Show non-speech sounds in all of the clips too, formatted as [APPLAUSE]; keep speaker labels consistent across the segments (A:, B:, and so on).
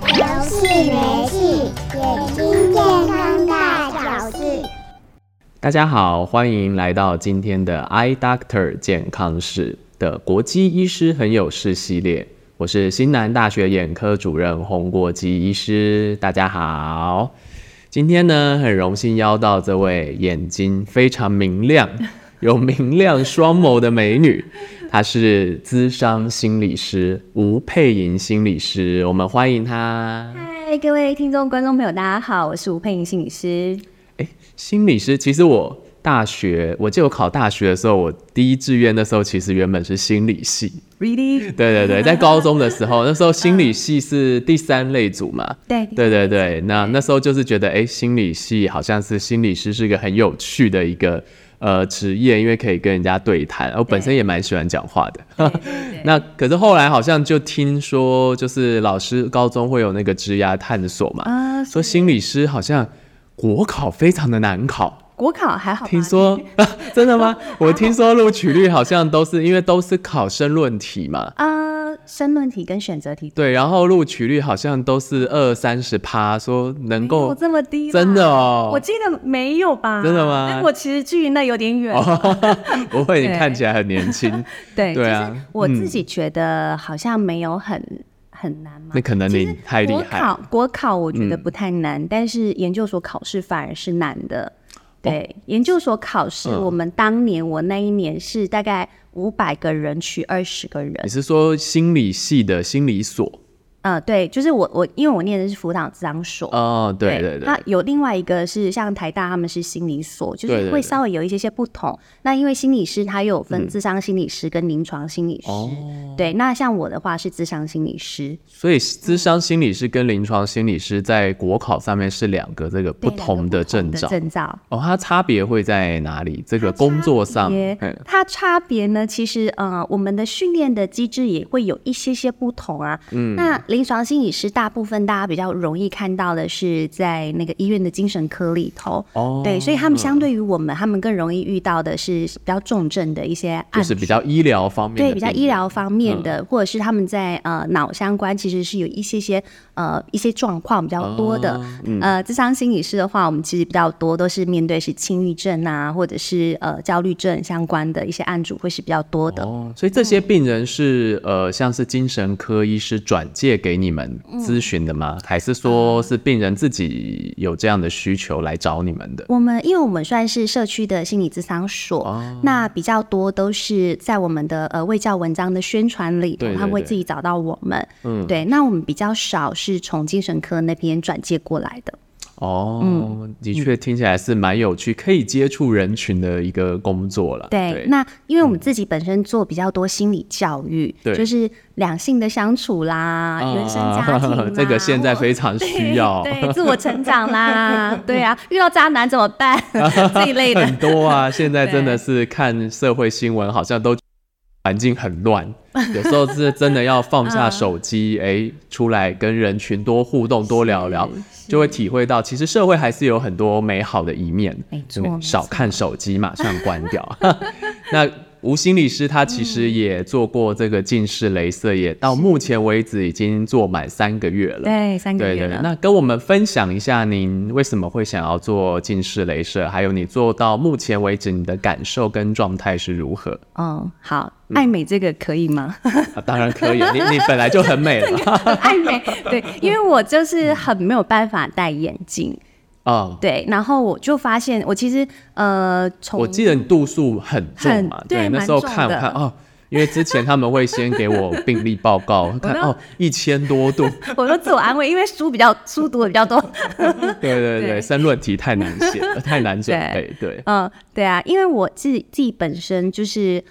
A: 气没气，眼睛健康大小事。
B: 大家好，欢迎来到今天的 i Doctor 健康室的国际医师很有事系列。我是新南大学眼科主任洪国基医师，大家好。今天呢，很荣幸邀到这位眼睛非常明亮、有明亮双眸的美女，她是资商心理师吴佩莹心理师，我们欢迎她。
C: 嗨，各位听众、观众朋友，大家好，我是吴佩莹心理师。
B: 心理师，其实我大学，我记得我考大学的时候，我第一志愿那时候其实原本是心理系。对
C: Really？
B: 对 [LAUGHS] 对，在高中的时候，那时候心理系是第三类组嘛。
C: 对
B: 对对哎对，那那时候就是觉得，哎，心理系好像是心理师是一个很有趣的一个呃职业，因为可以跟人家对谈。哦我本身也蛮喜欢讲话的。 [LAUGHS] 那可是后来好像就听说，就是老师高中会有那个职涯探索嘛，
C: 啊
B: 说心理师好像国考非常的难考。
C: 国考还好吧？
B: 听说、啊、 [LAUGHS] 真的吗？我听说录取率好像都是因为都是考申论题嘛，
C: 啊，申论题跟选择题
B: 对，然后录取率好像都是二三十趴，说能
C: 没
B: 够
C: 有这么低啦，
B: 真的哦 [LAUGHS]
C: 我记得没有吧？
B: 真的吗
C: 但我其实距离那有点远。
B: 不会，你
C: 对
B: 看起来很年
C: [LAUGHS]
B: 轻，
C: 对
B: 对
C: 就
B: 啊
C: 是，我自己觉得好像没有很很难嘛
B: 那。可能
C: 其
B: 你
C: 实
B: 太厉
C: 国
B: 害嗯
C: 考
B: 了。
C: 国考我觉得不太难，但是研究所考试反而是难的。对，研究所考试，
B: 哦嗯
C: 我们当年我那一年是大概五百个人取二十个人
B: 你，是说心理系的心理所？
C: 呃，对，就是我我因为我念的是辅导治疗所，
B: 哦，对对对
C: 它，有另外一个是像台大他们是心理所，就
B: 对对嗯
C: 是
B: 对
C: 会稍微有一些些不同。那因为心理师他有分智商心理师跟临床心理师，
B: 哦
C: 对，那像我的话是智商心理师，
B: 所以咨商心理师跟临床心理师在国考上面是两个这个不
C: 对两个
B: 同的证
C: 不
B: 照
C: 同的证照。
B: 哦，它差别会在哪里？这个工作上，
C: 别
B: 嗯
C: 它差别呢，其实呃，我们的训练的机制也会有一些些不同啊。嗯，那临床心理师大部分大家比较容易看到的是在那个医院的精神科里头，
B: 哦
C: 对，所以他们相对于我们，他们更容易遇到的是比较重症的一些
B: 就
C: 案
B: 是比较医疗方面的嗯
C: 对，比较
B: 病
C: 医疗方面的，或者是他们在呃脑相关，其实是有一些些呃一些状况比较多的。
B: 哦嗯
C: 呃，智商心理师的话，我们其实比较多都是面对是轻郁症啊，或者是呃焦虑症相关的一些案主会是比较多的。
B: 哦，所以这些
C: 嗯
B: 病人是呃，像是精神科医师转介给你们咨询的
C: 嗯
B: 吗？还是说是病人自己有这样的需求来找你们的？
C: 我们因为我们算是社区的心理咨商所，
B: 哦
C: 那比较多都是在我们的呃卫教文章的宣传里头
B: 对，对
C: 他们会
B: 对
C: 自己找到我们。嗯，对，那我们比较少是从精神科那边转介过来的。
B: 哦，
C: 嗯
B: 的确听起来是蛮有趣，可以接触人群的一个工作了。
C: 对，那因为我们自己本身做比较多心理教育，
B: 嗯对
C: 就是两性的相处啦，
B: 啊
C: 原生家庭
B: [LAUGHS]
C: 啦
B: 这个现在非常需要。
C: [LAUGHS] 对对自我成
B: [LAUGHS]
C: 长啦，对啊，遇到渣男怎么办这一类的
B: 很。多啊，现在真的是看社会新闻，好像都环境很
C: [LAUGHS]
B: 乱，有时候是真的要放下手
C: 嗯
B: 机，哎、出来跟人群多互动、多聊聊，就会体会到其实社会还是有很多美好的一面。
C: 没错
B: 嗯
C: 没错
B: 少看手机，马上关
C: [LAUGHS]
B: 掉。那。吴心理师他其
C: 嗯
B: 实也做过这个近视雷射，也到目前为止已经做满三个月了。
C: 对，三个啊
B: 对
C: 月
B: 对对，
C: 了。
B: 那跟我们分享一下您为什么会想要做近视雷射，还有你做到目前为止你的感受跟状态是如
C: [LAUGHS]
B: 何？
C: 哦，好，
B: 嗯
C: 爱美这个可以吗？ [LAUGHS]
B: 啊、当然可以，你你本来就很美了
C: 很爱美，对，因为我就是很没有办法戴眼镜，
B: [LAUGHS] 哦。
C: 对，然后我就发现我其实呃，从
B: 我记得你度数很重嘛
C: 很，
B: 对，
C: 对
B: 那
C: 蛮
B: 时候
C: 重
B: 看我
C: 的
B: 看哦，因为之前他们会先给我病例报告，
C: [LAUGHS]
B: 看哦一千多度，
C: 我都自我安慰，因为书比较书读的比较多，
B: 对对对，
C: 对
B: 申论题太难写了，
C: [LAUGHS]
B: 太难准备， [LAUGHS] 对，
C: 嗯，对啊，因为我自己自己本身就是，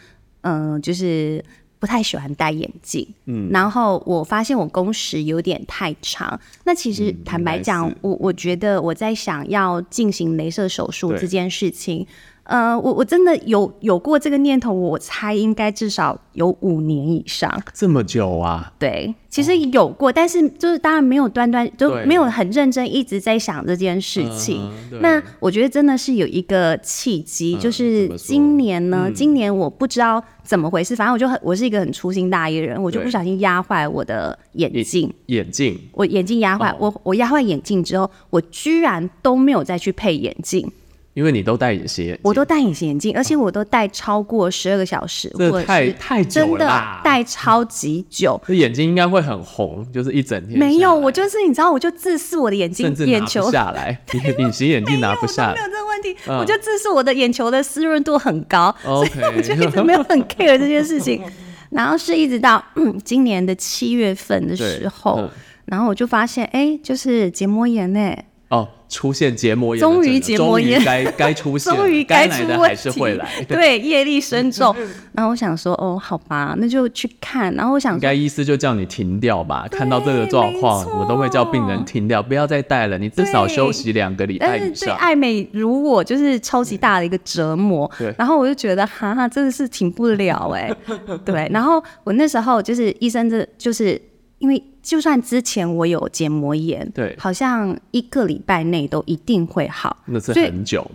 C: 嗯、就是不太喜欢戴眼镜，嗯，然后我发现我工时有点太长。那其实坦
B: 嗯
C: 白
B: 原来
C: 讲，
B: 是
C: 我我觉得我在想要进行镭射手术
B: 对
C: 这件事情，呃，我我真的有有过这个念头，我猜应该至少有五年以上。
B: 这么久啊？
C: 对，其实有过，但是就是当然没有端端，就
B: 对
C: 没有很认真一直在想这件事情。
B: 嗯对
C: 那我觉得真的是有一个契机，
B: 嗯
C: 就
B: 怎
C: 是
B: 么说
C: 今年呢，
B: 嗯
C: 今年我不知道怎么回事，反正我就很我是一个很粗心大意的人，我就
B: 对
C: 不小心压坏我的眼镜，
B: 眼镜
C: 我眼镜压坏，
B: 哦
C: 我我压坏眼镜之后，我居然都没有再去配眼镜，
B: 因为你都戴隐形眼镜，
C: 我都戴隐形眼镜，而且我都戴超过十二个小时，
B: 这
C: 或者
B: 哦太
C: 是
B: 太久
C: 真
B: 了
C: 的
B: 啦
C: 戴超级久。
B: 这眼睛应该会很红，就是一整天
C: 没
B: 下
C: 有，
B: 来
C: 我就是你知道，我就自视我的眼睛
B: 甚至拿
C: 眼球
B: 不下来，
C: [LAUGHS]
B: 你隐形眼镜拿不下
C: 没有
B: 来。
C: 这个问题，
B: 嗯
C: 我就自视我的眼球的湿润度很高，
B: OK，
C: [LAUGHS] 我就一直没有很 care 这件
B: [LAUGHS]
C: 事情。然后是一直到、嗯今年的七月份的时候，
B: 对嗯
C: 然后我就发现，哎，就是结膜炎呢、
B: [LAUGHS] 哦，出现结膜炎的症
C: 终
B: 状，
C: 于结膜炎
B: 终于该该出现了，
C: [LAUGHS] 终于
B: 该
C: 出
B: 来的
C: 问
B: 还
C: 题，，
B: 是会来 [LAUGHS]
C: 对，业力深重。然后我想说，哦，好吧，那就去看。然后我想
B: 应
C: 说，
B: 该医师就叫你停掉吧。看到这个
C: 对
B: 状况
C: 没，错
B: 我都会叫病人停掉，不要再戴了，你至少
C: 对
B: 休息两个礼拜
C: 但是
B: 以
C: 对
B: 上。
C: 爱美如我就是超级大的一个折磨
B: 嗯对。
C: 然后我就觉得，哈哈，真的是挺不了哎、
B: [LAUGHS]
C: 对，然后我那时候就是医生这就是因为就算之前我有结膜炎，
B: 对
C: 好像一个礼拜内都一定会好
B: 那是
C: 所以
B: 很久，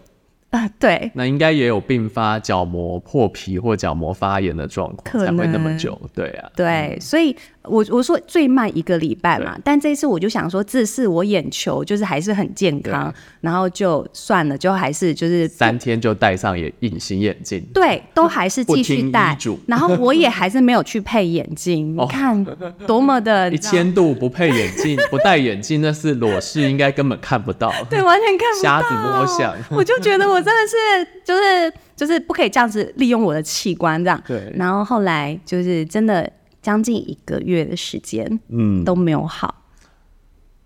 C: 啊、对。
B: 那应该也有并发角膜破皮或角膜发炎的状况，
C: 可
B: 才会那么
C: 能
B: 久。对啊，
C: 对，所以我我说最慢一个礼拜嘛，但这一次我就想说，自视我眼球就是还是很健康，然后就算了，就还是就是
B: 三天就戴上眼隐形眼镜，
C: 对，都还是继
B: 不听
C: 续
B: 医
C: 戴
B: 嘱，
C: 然后我也还是没有去配眼镜，
B: 哦
C: 你看多么的
B: [LAUGHS] 一，
C: 你知道
B: 千度不配眼
C: [LAUGHS]
B: 镜，不戴眼镜那是裸视，应该根本看不到。
C: 对，完全看不到，
B: 瞎子摸象
C: 我就觉得我真的是就是就是不可以这样子利用我的器官这样，
B: 对
C: 然后后来就是真的将近一个月的时间
B: 嗯，
C: 都没有好，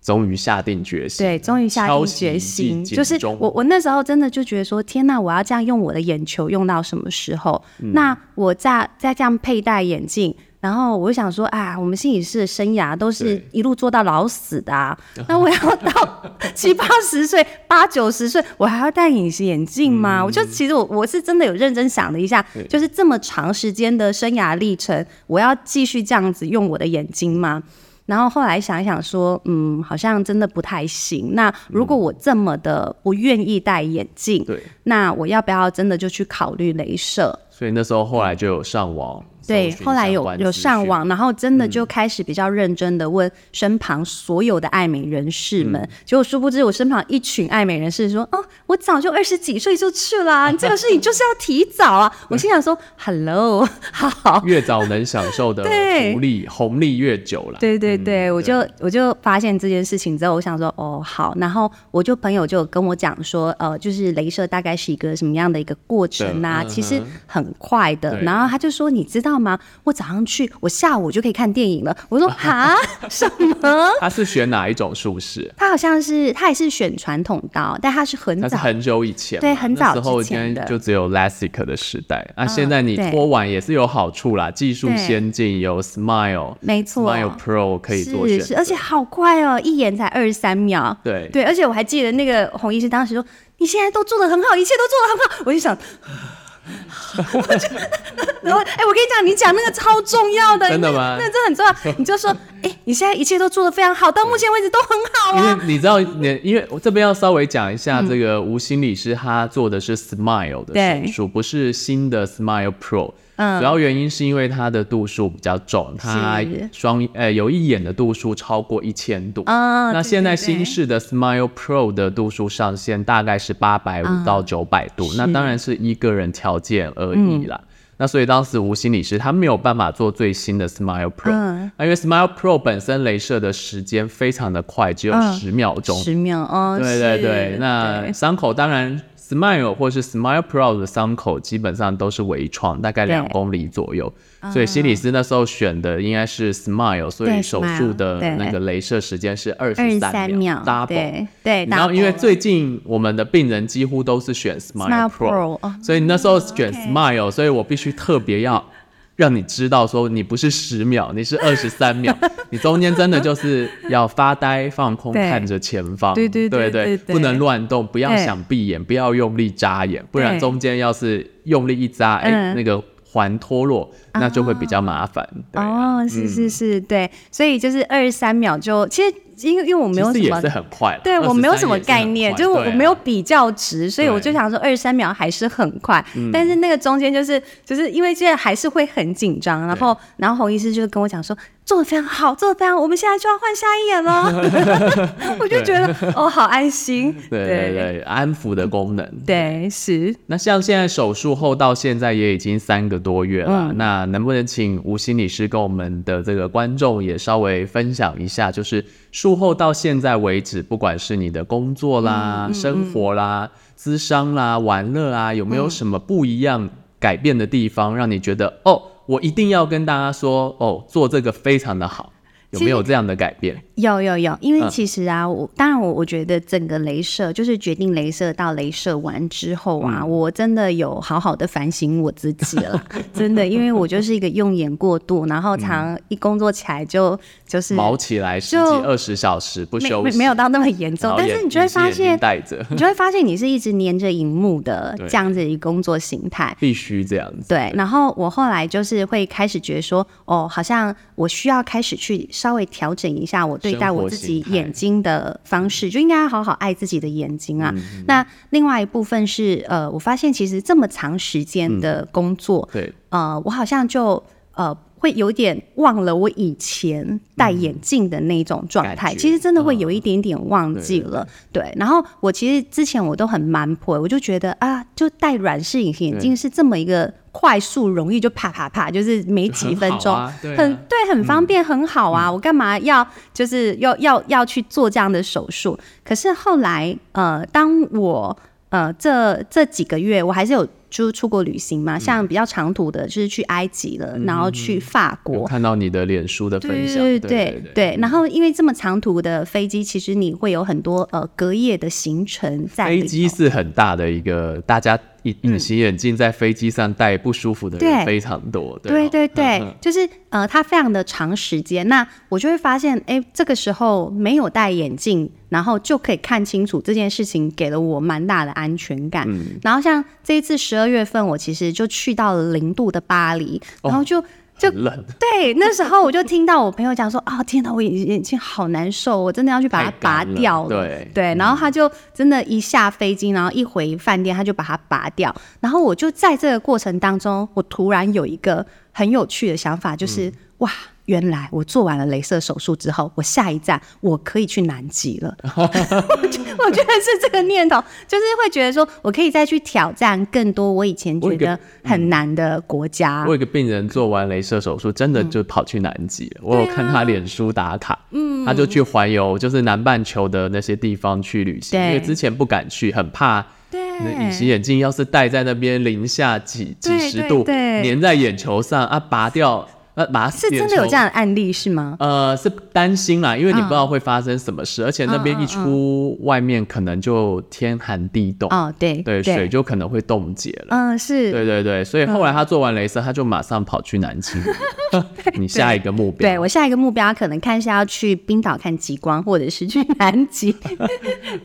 B: 终于下定决心，
C: 对，终于下
B: 敲
C: 定
B: 醒
C: 决
B: 一记
C: 心，
B: 警
C: 就是
B: 钟
C: 我我那时候真的就觉得说，天呐，我要这样用我的眼球用到什么时候？
B: 嗯
C: 那我再再这样佩戴眼镜。然后我就想说，啊，我们心理师的生涯都是
B: 对
C: 一路做到老死的啊，那我要到七八十岁、八九十岁，我还要戴隐形眼镜吗？我就其实我我是真的有认真想了一下
B: 嗯对，
C: 就是这么长时间的生涯历程，我要继续这样子用我的眼睛吗？然后后来想一想说，嗯，好像真的不太行。那如果我这么的不愿意戴眼镜，
B: 嗯对，
C: 那我要不要真的就去考虑镭射？
B: 所以那时候后来就有上网搜寻
C: 对
B: 相关资，讯，嗯
C: 后来有有上网，然后真的就开始比较认真的问身旁所有的爱美人士
B: 嗯
C: 们，结果殊不知我身旁一群爱美人士说：“哦，我早就二十几岁就去了啊、你这个事情就是要提早啊！”我心想说：“Hello，好，
B: 越早能享受的
C: [LAUGHS] 对
B: 福利红利越久啦。
C: 对对对，我就我就发现这件事情之后，我想说哦好，然后我就朋友就跟我讲说，呃，就是镭射大概是一个什么样的一个过程啊？
B: 对嗯
C: 其实
B: 哼
C: 很快的。
B: 对
C: 然后他就说，你知道吗？我早上去，我下午就可以看电影了。我
B: [LAUGHS]
C: 说哈什么？
B: 他是选哪一种术式？
C: 他好像是他也是选传统刀，但他是很
B: 那是
C: 早
B: 很久以前嘛，
C: 对很早
B: 那时候
C: 之前
B: 应该
C: 的嗯
B: 就只有 LASIK 的时代。那、现在你
C: 对
B: 脱完也是有好处啦，技术
C: 对
B: 先进，有 Smile、
C: 没错。
B: Smile Pro 可以做选择，
C: 是是，而且好快哦，一眼才二十三秒。
B: 对
C: 对，而且我还记得那个洪医师当时说：“你现在都做的很好，一切都做的很好。”我
B: [LAUGHS]
C: 就想，我就， [LAUGHS] 然后哎、我跟你讲，你讲那个超重要的，
B: 真的
C: 那个
B: 吗
C: 那个真的很重要。你就说，哎、你现在一切都做的非常好，到目前为止都很好
B: 因
C: 啊。
B: 为你知道，你因为我这边要稍微讲一下，这个吴心理师他做的是 Smile 的
C: 对
B: 手术，不是新的 Smile Pro。
C: 嗯
B: 主要原因是因为他的度数比较重，他双呃有一眼的度数超过一千度。
C: 啊
B: 那现在
C: 对对对
B: 新式的 Smile Pro 的度数上限大概是八百
C: 嗯
B: 五到九百度，那当然是依个人条件而已
C: 嗯
B: 啦。那所以当时吴心理师他没有办法做最新的 Smile Pro，、
C: 嗯
B: 那因为 Smile Pro 本身镭射的时间非常的快，只有
C: 嗯
B: 十秒钟，
C: 十秒哦，
B: 对对
C: 是
B: 对，那
C: 对
B: 伤口当然 Smile 或是 Smile Pro 的伤口基本上都是微创，大概
C: 对嗯
B: 两公里左右，所以心理师那时候选的应该是 Smile，所以
C: 对
B: 手
C: ，Smile，
B: 术的
C: 对
B: 那个镭射时间是二
C: 二
B: 十
C: 十三
B: 秒
C: 秒
B: double。
C: 对对，
B: 然后
C: double
B: 因为最近我们的病人几乎都是选 Smile
C: Smile
B: Pro，
C: Pro，哦
B: 所以你那时候选
C: OK
B: Smile，所以我必须特别要。让你知道说你不是十秒，你是二十三
C: [LAUGHS]
B: 秒，你中间真的就是要发呆、放空，
C: 对
B: 看着前方，
C: 对对
B: 对
C: 对对对
B: 不能乱动，不要
C: 对
B: 想闭眼，不要用力眨眼，不然
C: 对
B: 中间要是用力一眨，哎、
C: 嗯啊
B: 那个环脱落，那就会比较麻烦。对啊
C: 哦，是是是，对，所以就是二十三秒就，其实因为因为我没
B: 其
C: 有
B: 实
C: 什
B: 也
C: 么
B: 是。很快啦，
C: 对我没有什么概念，就是我我没有
B: 比。
C: 比较值，所以我就
B: 啊对嗯
C: 想说二十三秒还是很快，但是那个中间就是就是因为现在还是会很紧张，然后然后洪医师就跟我讲说做的非常好，做的非常好，我们现在就要换下一眼了， [LAUGHS]
B: [LAUGHS]
C: 我就觉得哦好安心，
B: 对对对，安抚的功能。
C: 对是，
B: 那像现在手术后到现在也已经三个多月了，
C: 嗯
B: 那能不能请吴心理师跟我们的这个观众也稍微分享一下，就是术后到现在为止，不管是你的工作啦、
C: 嗯
B: 生活啦、资商啦、玩乐啊，有没有什么不一样、改变的地方，让你觉得哦，我一定要跟大家说哦，做这个非常的好，有没有这样的改变？
C: 有有有，因为
B: 嗯
C: 其实啊，我当然我我觉得整个镭射就是决定镭射到镭射完之后啊，
B: 嗯
C: 我真的有好好的反省我自己
B: [LAUGHS]
C: 了，真的，因为我就是一个用眼过度，然后常一工作起来就就是
B: 嗯毛起来十几
C: 就
B: 二十小时不
C: 没
B: 休
C: 没
B: 息，
C: 没有到那么严重
B: 然，后
C: 但
B: 眼
C: 是你就会
B: 隐形
C: 发
B: 眼镜
C: 现，
B: 戴着 [LAUGHS]
C: 你就会发现你是一直黏着荧幕的
B: 对
C: 这样子一个工作形态。
B: 必须这样子。
C: 对，然后我后来就是会开始觉得说，哦，好像我需要开始去稍微调整一下我对待
B: 生活
C: 我自己
B: 形态
C: 眼睛的方式，就应该好好爱自己的眼睛
B: 嗯
C: 啊。那另外一部分是，呃，我发现其实这么长时
B: 嗯
C: 间的工作，
B: 对，
C: 呃，我好像就呃会有点忘了我以前戴眼镜的那种状态，
B: 感觉嗯
C: 其实真的会有一点点忘记了。对，然后我其实之前我都很蛮婆，我就觉得啊，就戴软式隐形眼镜是这么一个。快速容易就啪啪啪，就是没几分
B: 很
C: 钟，
B: 好啊对啊嗯
C: 很对，很方便，很好啊！我干嘛要就是要要要去做这样的手术？可是后来，呃，当我呃这这几个月，我还是有就是出国旅行
B: 嗯
C: 嘛，像比较长途的，就是去埃及了，然后去法
B: 嗯有
C: 国。
B: 看到你的脸书的分
C: 对
B: 享，
C: 对
B: 对嗯
C: 对对，然后因为这么长途的飞机，其实你会有很多呃隔夜的行程在里
B: 飞
C: 头
B: 机是很大的一个，大家隐隐形眼镜在飞机上戴不舒服的人
C: 对
B: 非常多，
C: 对
B: 哦
C: 对对
B: 嗯嗯，
C: 就是呃，它非常的长时间，那我就会发现，哎、这个时候没有戴眼镜，然后就可以看清楚这件事情，给了我蛮大的安全感。
B: 嗯
C: 然后像这一次十二月份，我其实就去到了零度的巴黎，
B: 哦
C: 然后就。就
B: 很冷，
C: 对，那时候我就听到我朋友讲说，啊，天哪，我眼眼睛好难受，我真的要去把它
B: 太
C: 拔
B: 干了
C: 掉了。
B: 对
C: 然后他就真的，一下飞机，然后一回饭店，他就把它拔掉。然后我就在这个过程当中，我突然有一个很有趣的想法，就是、
B: 嗯
C: 哇。原来我做完了镭射手术之后，我下一站我可以去南极
B: [LAUGHS]
C: 了。 [LAUGHS] 我觉我觉得是这个念头，就是会觉得说我可以再去挑战更多我以前
B: 我有
C: 觉
B: 一个
C: 得很难的国家。
B: 嗯我有一个病人做完镭射手术，真的
C: 嗯
B: 就跑去南极了。
C: 啊
B: 我有看他脸书打卡，嗯，他就去环游，就是南半球的那些地方去旅行，因
C: 对
B: 为之前不敢去，很怕。
C: 对
B: 那隐形眼镜要是戴在那边零下几几
C: 对
B: 十
C: 对
B: 度，
C: 对
B: 粘在眼球上啊，拔掉，呃、把它
C: 是真的有这样的嗯案例是吗？
B: 呃，是担心啦，因为你不知道会发生什么事，而且那
C: 嗯
B: 边一出外面可能就天寒地冻，
C: 哦，对
B: 对，水就可能会冻结了。
C: 嗯是，嗯
B: 对对对，所以后来他做完镭射，他就马上跑去南极。
C: [LAUGHS]
B: 你下一个目标，
C: 对我下一个目标可能看是要去冰岛看极光，或者是去
B: [LAUGHS]
C: 南极。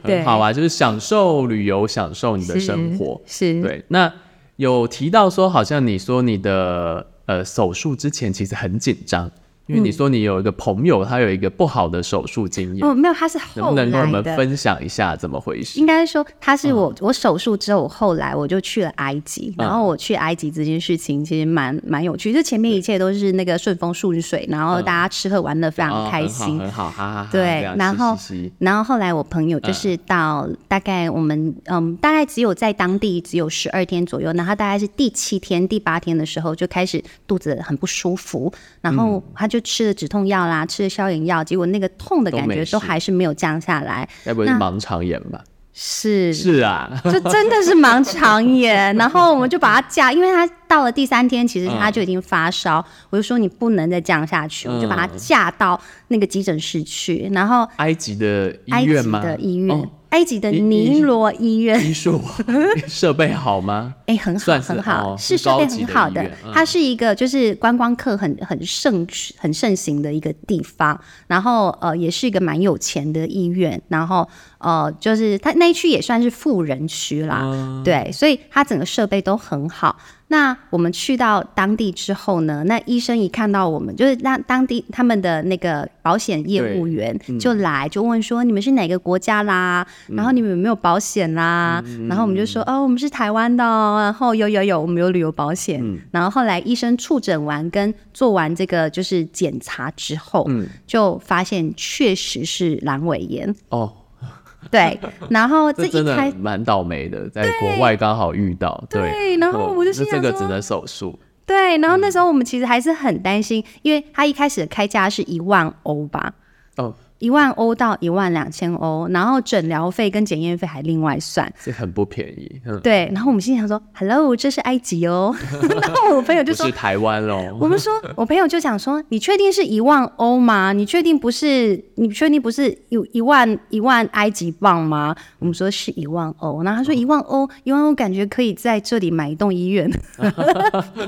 C: 对
B: 很好啊，就是享受旅游，享受你的生活。
C: 是，
B: 对，那有提到说，好像你说你的呃手术之前其实很紧
C: 嗯
B: 张，因为你说你有一个朋友，他有一个不好的手术经验，
C: 哦，没有，它是
B: 能
C: 后
B: 不能跟我
C: 来
B: 们
C: 的。
B: 分享一下怎么回事？
C: 应该说，它是我、我手术之后，我后来我就去了埃及，
B: 嗯
C: 然后我去埃及这件事情其实蛮蛮有趣，就前面一切都是那个顺风顺水，然后大家吃喝玩乐非常
B: 哦
C: 开
B: 嗯很好
C: 心，
B: 很好，哈哈哈。
C: 对
B: 这样
C: 然
B: 嘻
C: 后
B: 嘻嘻
C: 然后后来我朋友就是
B: 嗯
C: 到大概我们嗯大概只有在当地只有十二天左右，然后他大概是第七天、第八天的时候就开始肚子很不舒服，然
B: 嗯
C: 后他就吃了止痛药啦，吃了消炎药，结果那个痛的
B: 都
C: 感
B: 没
C: 觉
B: 事
C: 都还是没有降下来，
B: 该不会是
C: 那
B: 盲肠炎吧？
C: 是
B: 是啊，
C: 就真的是盲肠
B: [LAUGHS]
C: 炎，然后我们就把他架，因为他到了第三天，其实
B: 嗯
C: 他就已经发烧，我就说你不能再这样下去，我就把
B: 嗯
C: 他架到那个急诊室去，然后
B: 埃及的
C: 埃
B: 医
C: 及
B: 院吗？
C: 的医院，
B: 哦
C: 埃及的
B: 医
C: 尼罗医院，
B: 医术 [LAUGHS] 设备好吗？
C: 哎、很好，
B: 算是
C: 很好，
B: 哦
C: 是设备很好
B: 高级的医
C: 的
B: 院。嗯
C: 它是一个就是观光客很很盛很盛行的一个地方，然后呃也是一个蛮有钱的医院，然后呃就是它那一区也算是富人区啦，
B: 嗯
C: 对，所以它整个设备都很好。那我们去到当地之后呢，那医生一看到我们，就是那当地他们的那个保险业务员
B: 嗯
C: 就来就问说你们是哪个国家啦，然后你们有没有保险啦，
B: 嗯
C: 然后我们就说哦我们是台湾的、哦，然后有有有我们有旅游保险，
B: 嗯
C: 然后后来医生触诊完跟做完这个就是检查之后，
B: 嗯
C: 就发现确实是阑尾炎，
B: 哦， [LAUGHS]
C: 对，然后这
B: 这真
C: 一开
B: 的蛮倒霉的，在国外刚好遇到，对。
C: 对，然后
B: 哦
C: 我就
B: 那
C: 心想
B: 这个
C: 说
B: 只能手术，
C: 对，然后那时候我们其实还是很担心，因为他一开始的开价是一万欧吧，
B: 哦，
C: 一万欧到一万两千欧，然后诊疗费跟检验费还另外算。
B: 这很不便宜，嗯，
C: 对，然后我们心想说，Hello，这是埃及哦。 [LAUGHS] 然后我朋友就
B: 不
C: 说
B: 是，台湾哦
C: 我
B: 喽，
C: 们说，我朋友就讲说，你确定是一万欧吗？你确定不是？你确定不是有一万一万埃及镑吗？我们说是一万欧，然后他说一万欧，一万欧感觉可以在这里买一栋医院，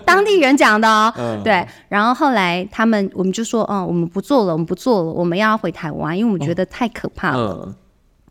C: 当地人讲的哦。对，然后后来他们我们就说，哦、我们不做了，我们不做了，我们要回台湾，因为我们觉得太可怕了。
B: 嗯，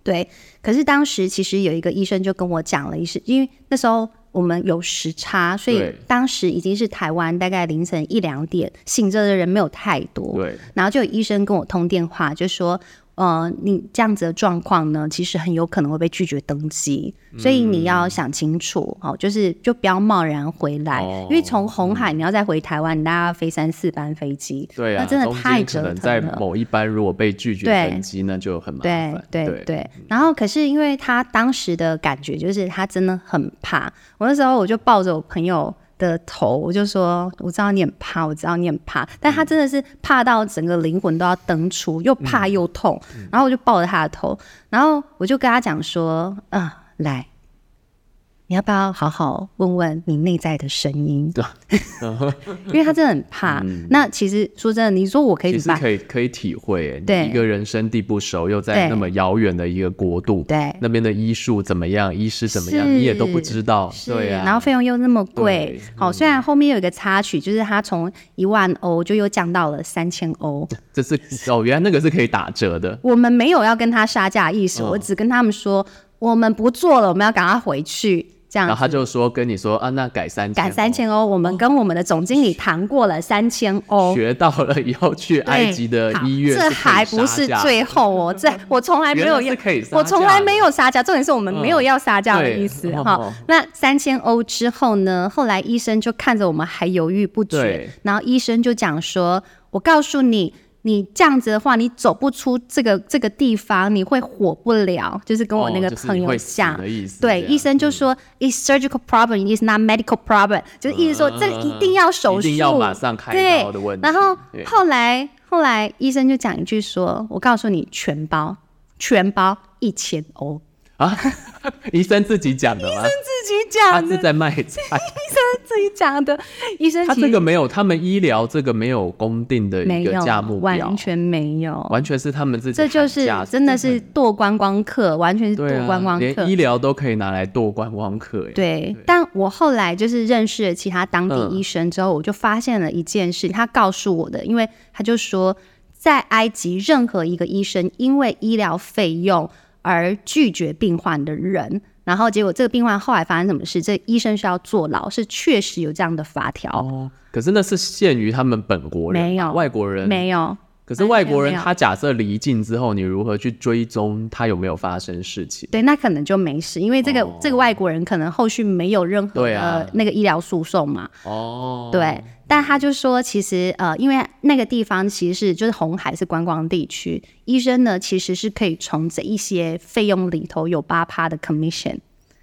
C: 对，可是当时其实有一个医生就跟我讲了一事，因为那时候我们有时差，所以
B: 对
C: 当时已经是台湾大概凌晨一两点，醒着的人没有太多。
B: 对，
C: 然后就有医生跟我通电话，就说。呃，你这样子的状况呢，其实很有可能会被拒绝登机，
B: 嗯
C: 所以你要想清楚哦，就是就不要贸然回来，
B: 哦
C: 因为从红海你要再回台湾，你大概要飞三四班飞机，
B: 对啊，
C: 那真的
B: 中间
C: 太
B: 可
C: 折
B: 能
C: 腾了。
B: 在某一班如果被拒绝
C: 对
B: 登机，那就很麻
C: 对
B: 烦。嗯
C: 对对然后可是因为他当时的感觉就是他真的很怕，我那时候我就抱着我朋友。的头，我就说我知道你很怕，我知道你很怕，但他真的是怕到整个灵魂都要登出，又怕又痛。
B: 嗯
C: 然后我就抱着他的头，然后我就跟他讲说：“啊、来，你要不要好好问问你内在的
B: [LAUGHS]
C: 声音？因为他真的很怕。那其实说真的，你说我可以
B: 嗯其
C: 怎
B: 实
C: 么办？
B: 可以可以体会耶，
C: 对
B: 你一个人生地不熟，又在
C: 对
B: 那么遥远的一个国度，
C: 对
B: 那边的医术怎么样，医师怎么样，
C: 是
B: 你也都不知道，
C: 是，
B: 对啊，
C: 然后费用又那么贵
B: 对，嗯
C: 好、虽然后面有一个插曲，就是它从一万欧就又降到了三千欧。
B: 这是哦，原来那个是可以打折的，
C: 我们没有要跟他杀价意
B: 嗯
C: 思，我只跟他们说我们不做了，我们要赶快回去，这
B: 然后
C: 样
B: 他就说跟你说啊，那改三
C: 赶三
B: 千
C: 千欧。我们跟我们的总经理谈过了三千
B: 哦，
C: 欧。
B: 学到了以后去
C: 对
B: 埃及的
C: 好
B: 医院，
C: 这还不是最后
B: [LAUGHS]
C: 哦，这我从来没有
B: 原来
C: 要
B: 是可以杀价的
C: 我从来没有杀价，重点是我们没有要杀价的意思
B: 嗯对
C: 哈、
B: 哦
C: 那三千欧之后呢？后来医生就看着我们还犹豫不决
B: 对，
C: 然后医生就讲说：“我告诉你。”你这样子的话，你走不出这个这个地方，你会火不了。就是跟我那
B: 哦
C: 个朋友讲，
B: 的意思，
C: 对，
B: 这样嗯
C: 医生就说、i s surgical problem, is not medical problem，就是意思说、
B: 嗯
C: 这个一定要手
B: 啊一
C: 术，
B: 定要马上开刀的问题，
C: 然后
B: 对
C: 后来后来医生就讲一句说：“我告诉你，全包，全包一千欧。
B: 啊，医生自己讲的吗？”
C: 自己
B: 他
C: 讲
B: 是
C: 的，
B: 在卖
C: [LAUGHS]
B: 菜，
C: 自己讲的。医生
B: 他
C: 其
B: 这
C: 实
B: 个没有，他们医疗这个没有公定的
C: 没
B: 一个
C: 有
B: 价目表，
C: 完全没有，
B: 完全是他们自己
C: 这就
B: 喊
C: 是
B: 价
C: 真的是剁观光客，完全是剁
B: 对啊，
C: 观光客。
B: 连医疗都可以拿来剁观光客耶，
C: 对，但我后来就是认识了其他当地
B: 嗯
C: 医生之后，我就发现了一件事，他告诉我的，因为他就说，在埃及任何一个医生因为医疗费用而拒绝病患的人，然后结果这个病患后来发生什么事，这医生是要坐牢，是确实有这样的法条，
B: 哦，可是那是限于他们本国人吧，
C: 没有
B: 外国人
C: 没有，
B: 可是外国
C: 完
B: 人
C: 全没有
B: 他假设离境之后，你如何去追踪他有没有发生事情？
C: 对，那可能就没事，因为这个、
B: 哦
C: 这个外国人可能后续没有任何
B: 对
C: 的、呃
B: 啊
C: 那个医疗诉讼嘛，
B: 哦，
C: 对，但他就说，其实呃，因为那个地方其实是就是红海是观光地区，医生呢其实是可以从这一些费用里头有八趴的 commission，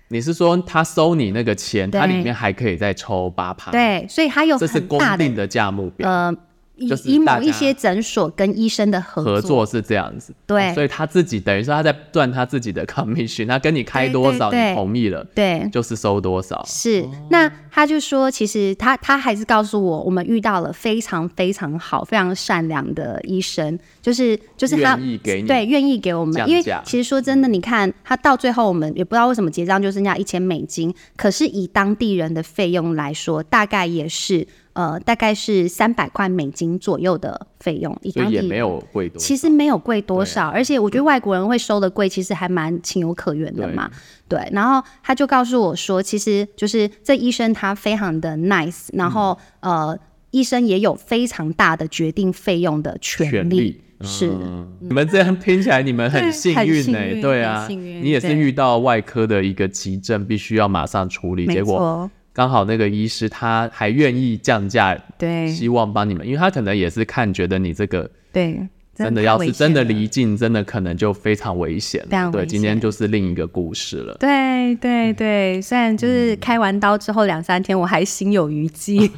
B: 你是说他收你那个钱，啊
C: 对
B: 他里面还可以再抽八趴？，
C: 对，所以他有
B: 啊这是
C: 很
B: 公
C: 大的
B: 定的价目表。
C: 呃以
B: 就是
C: 以
B: 大家
C: 某一些诊所跟医生的合
B: 合作是这样子，哦
C: 对
B: 所以他自己等于说他在赚他自己的 commission，他跟你开
C: 对
B: 多
C: 对
B: 少，
C: 对
B: 你同意了
C: 对。
B: 就是收多少，
C: 是，那他就说，其实他他还是告诉我，我们遇到了非常非常好、非常善良的医生，就是就是他
B: 愿意给你
C: 对愿意给我们
B: 降，价
C: 因为其实说真的，你看他到最后，我们也不知道为什么结账就剩下一千美金，可是以当地人的费用来说，大概也是呃大概是三百块美金左右的费用，以
B: 所
C: 当
B: 以
C: 地
B: 也
C: 人
B: 没有贵多少。
C: 其实没有贵多少，而且我觉得外国人会收的贵，其实还蛮情有可原的
B: 对
C: 嘛。对，然后他就告诉我说，其实就是这医生他非常的 nice，然后、
B: 嗯
C: 呃，医生也有非常大的决定费用的权利。
B: 权利
C: 是，
B: 嗯你们这样听起来，你们很幸
D: 很
B: 运
D: 幸
B: 呢、
D: 运
B: 对啊，
D: 很幸运
B: 你也是
D: 对
B: 遇到外科的一个急症，必须要马上处理，
C: 没
B: 结果
C: 错，
B: 刚好那个医师他还愿意降价，
D: 对
B: 希望帮你们，因为他可能也是看觉得你这个
D: 对，
B: 真的
D: 太
B: 要
D: 危
B: 是
D: 险
B: 真的
D: 了
B: 离境，真的可能就非常危险了。
D: 非常
B: 对，
D: 危
B: 今天
D: 险
B: 就是另一个故事了。
D: 对对对，虽然
B: 嗯
D: 就是开完刀之后两三天，我还心有余
B: [LAUGHS]
D: 悸。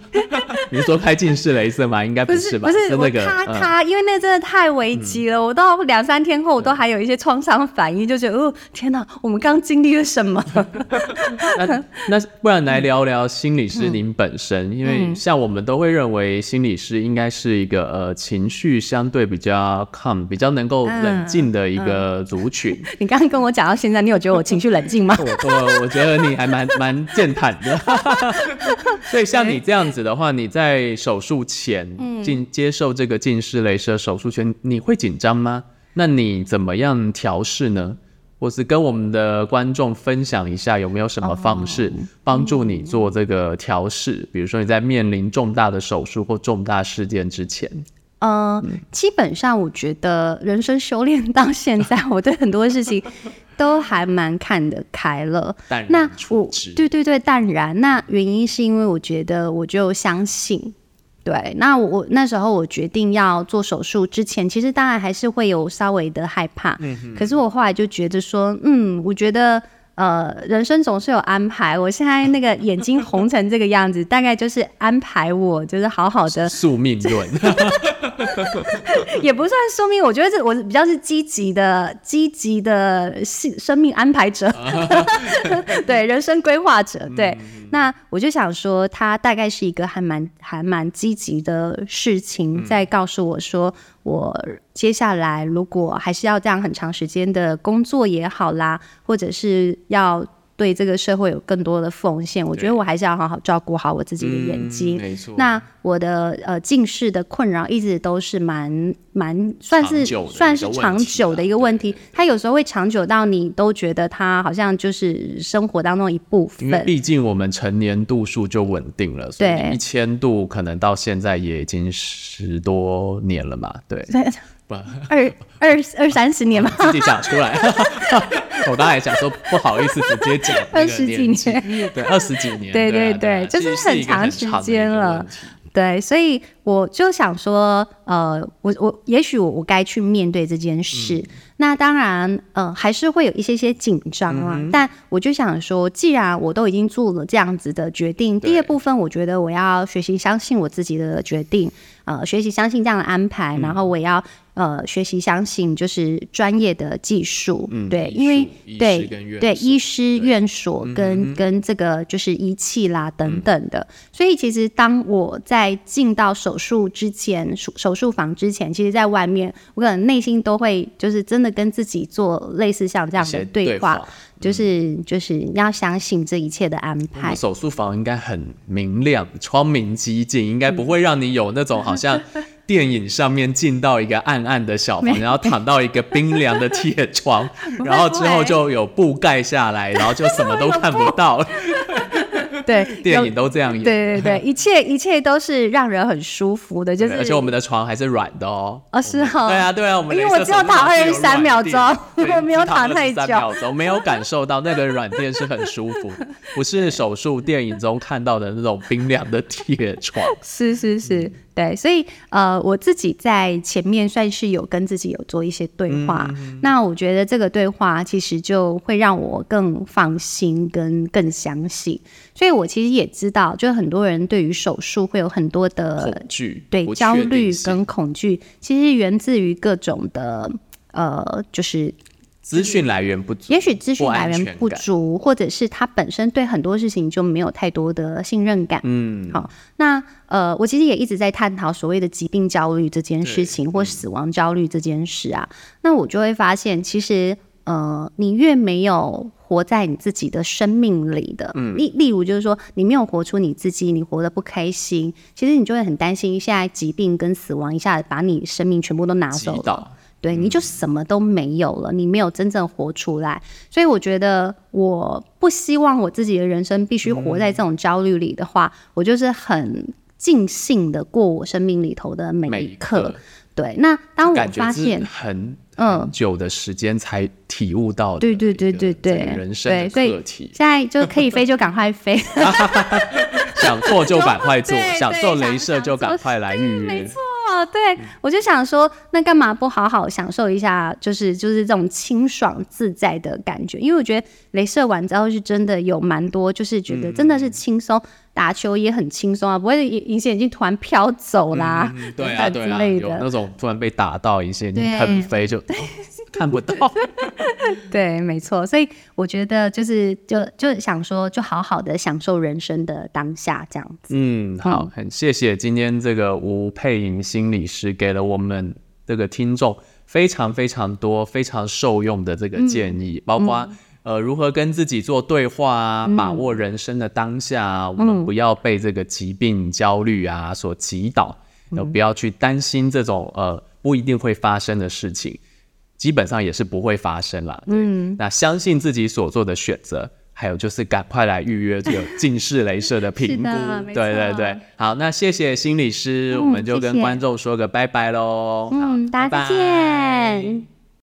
B: 你是说开近视雷射吗？应该
D: 不
B: 是
D: 是
B: 吧？
D: 不是，
B: 那
D: 我
B: 个
D: 咔
B: 嗯
D: 咔，因为那真的太危机了。我到两三天后，我都还有一些创伤反应，就觉得哦，天哪，我们刚经历了什么？ [LAUGHS]
B: 那那不然
D: 嗯
B: 来聊聊心理师您本身，因为像我们都会认为心理师应该是一个呃情绪相对比较 calm、比较能够
D: 嗯
B: 冷静的一个族群。
D: 你刚刚跟我讲到现在，你有觉得我情绪冷静
B: [LAUGHS]
D: 吗？
B: 我我我觉得你还蛮蛮健谈的， [LAUGHS] 所以像你这样子的话，你在手术前
C: 哎嗯
B: 进、接受这个近视雷射手术前，你会紧张吗？那你怎么样调试呢？或是跟我们的观众分享一下，有没有什么
C: 哦
B: 方式帮助你做这个调试？比如说你在面临重大的手术或重大事件之前，嗯
C: 呃，基本上我觉得人生修炼到现在，我对很多事情都还蛮看得开了。
B: 淡然
C: 那
B: 处
C: 我
B: 之
C: 对对对，淡然。那原因是因为我觉得我就相信。对，那我我那时候我决定要做手术之前，其实当然还是会有稍微的害怕，
B: 嗯
C: 可是我后来就觉得说，嗯，我觉得呃，人生总是有安排。我现在那个眼睛红成这个样子，大概就是安排我就是好好的
B: 宿命论，
C: 也不算说明，我觉得这我比较是积极的、积极的生生命安排者， [LAUGHS] 对人生规划者。对，那我就想说，他大概是一个还蛮还蛮积极的事情，在告诉我说，我接下来如果还是要这样很长时间的工作也好啦，或者是要。对这个社会有更多的奉献，我觉得我还是要好好照顾好我自己的眼睛。
B: 嗯没错
C: 那我的呃近视的困扰一直都是蛮蛮算
B: 长
C: 是
B: 久的一个
C: 算是长
B: 问题
C: 久的一个
B: 啊
C: 问题，它有时候会长久到你都觉得它好像就是生活当中一部
B: 因为
C: 分。
B: 毕竟我们成年度数就稳定了，所
C: 对
B: 以一千度可能到现在也已经十多年了嘛，对，
C: [LAUGHS]
B: 不
C: 二二二三
B: [LAUGHS]
C: 十年吧，
B: 自己讲出来，我刚才想说不好意思直接讲那
C: [LAUGHS] 二
B: 个
C: 十几
B: 年纪
C: 年，
B: 对，二十几年，
C: 对
B: 对啊
C: 对
B: 啊
C: 对就
B: 其实
C: 是
B: 是
C: 很
B: 一个
C: 长
B: 很
C: 时
B: 长的一
C: 间
B: 个
C: 了
B: 问题
C: 对，所以我就想说，呃，我我也许我我该去面对这件事。
B: 嗯
C: 那当然，呃，还是会有一些些紧张
B: 嗯
C: 啊。但我就想说，既然我都已经做了这样子的决定，
B: 对
C: 第二部分我觉得我要学习相信我自己的决定，呃，学习相信这样的安
B: 嗯
C: 排，然后我也要呃学习相信就是专业的技术，对，
B: 嗯医
C: 因为
B: 术医
C: 对
B: 师跟院
C: 对
B: 所嗯
C: 医师院所跟跟这个就是仪器啦等等的，所以其实当我在进到手术之前，手手术房之前，其实在外面，我可能内心都会就是真的跟自己做类似像这样
B: 一
C: 的
B: 些对
C: 话，
B: 话嗯
C: 就是就是要相信这一切的安
B: 我们
C: 排。
B: 手术房应该很明亮， [LAUGHS] 窗明几净，应该不
C: 嗯
B: 会让你有那种好像电影上面进到一个暗暗的小
C: [LAUGHS]
B: 房，然后躺到一个冰凉的铁床，然后之后就有布盖下来，然后就什么都看不到。
C: [LAUGHS] 对，
B: [LAUGHS] 电
C: 有
B: 影都这样演，
C: 对对
B: [LAUGHS]
C: 对，一切一切都是让人很舒服的，就
B: 对
C: 是
B: 而且我们的床还是软的哦。
C: 哦是哦，
B: 对啊，对啊，我们
C: 因为
B: 镭
C: 我
B: 射
C: 只有
B: 手术
C: 躺
B: 房是有
C: 23
B: 软
C: 秒
B: 垫
C: 钟
B: 对
C: [LAUGHS] 我没有
B: 只躺
C: 躺太
B: 23
C: 久
B: 秒钟没有感受到那个软垫是很舒服，不是手术电影中看到的那种冰凉的铁床。
C: [LAUGHS] 是是
B: 嗯
C: 是，对，所以呃，我自己在前面算是有跟自己有做一些对话，
B: 嗯
C: 那我觉得这个对话其实就会让我更放心跟更相信，所以我其实也知道，就是很多人对于手术会有很多的
B: 恐惧、
C: 呃对
B: 不确
C: 焦虑
B: 定性
C: 跟恐惧，其实源自于各种的呃，就是
B: 资讯来源不足，
C: 也许资讯来
B: 安
C: 源
B: 全
C: 不
B: 感
C: 足，或者是他本身对很多事情就没有太多的信任感。
B: 嗯，
C: 好，那呃，我其实也一直在探讨所谓的疾病焦虑这件
B: 对嗯
C: 事情，或死亡焦虑这件事啊。那我就会发现，其实呃，你越没有活在你自己的生命里的，
B: 嗯
C: 例例如就是说，你没有活出你自己，你活得不开心，其实你就会很担心，一下疾病跟死亡一下子把你生命全部都拿
B: 击
C: 走了。
B: 倒，
C: 对，你就什么都
B: 嗯
C: 没有了，你没有真正活出来。所以我觉得，我不希望我自己的人生必须活在这种焦虑里的话，我就是很尽兴的过我生命里头的每
B: 每
C: 一
B: 一
C: 刻。
B: 刻
C: 对，那当我
B: 感觉
C: 发
B: 是 [LAUGHS]
C: 现。
B: 很
C: 嗯
B: 很久的时间才体悟到的
C: 对对对
B: 一个
C: 对对
B: 整个人生的
C: 对所以
B: 课题，
C: 现在就可以飞就赶快飞，
B: 想做就赶快做，
C: [LAUGHS] 对
B: 想做
C: 对
B: 镭
C: 想
B: 射就
C: 想做
B: 赶快来预约，
C: 哦，对，
B: 嗯
C: 我就想说，那干嘛不好好享受一下，就是就是这种清爽自在的感觉？因为我觉得镭射完之后是真的有蛮多，就是觉得真的
B: 嗯
C: 是轻松，打球也很轻松啊，不会隐隐形眼镜突然飘走啦，
B: 嗯对
C: 等
B: 啊
C: 等
B: 对
C: [LAUGHS] 之
B: 啊，
C: 类
B: 有
C: 的。
B: 那种突然被打到一些，你
C: 对
B: 横飞
C: [LAUGHS]
B: 就看不到，
C: 对，没错。所以我觉得就是就就想说，就好好的享受人生的当下，这样子。
B: 嗯，好，很谢谢今天这个吴佩莹心理师给了我们这个听众非常非常多非常受用的这个建议，包括、呃如何跟自己做对话啊，把握人生的当下啊，我们不要被这个疾病焦虑啊所击倒，呃不要去担心这种呃不一定会发生的事情。基本上也是不会发生啦。嗯，那相信自己所做的选择，还有就是赶快来预约这个近视雷射的评
C: 是
B: 估
C: 的。没错
B: 对对对，好，那谢谢心理师，
C: 嗯
B: 我们就
C: 谢
B: 跟
C: 谢
B: 观众说个拜拜喽。好
C: 嗯，大家再
B: 拜拜
C: 见。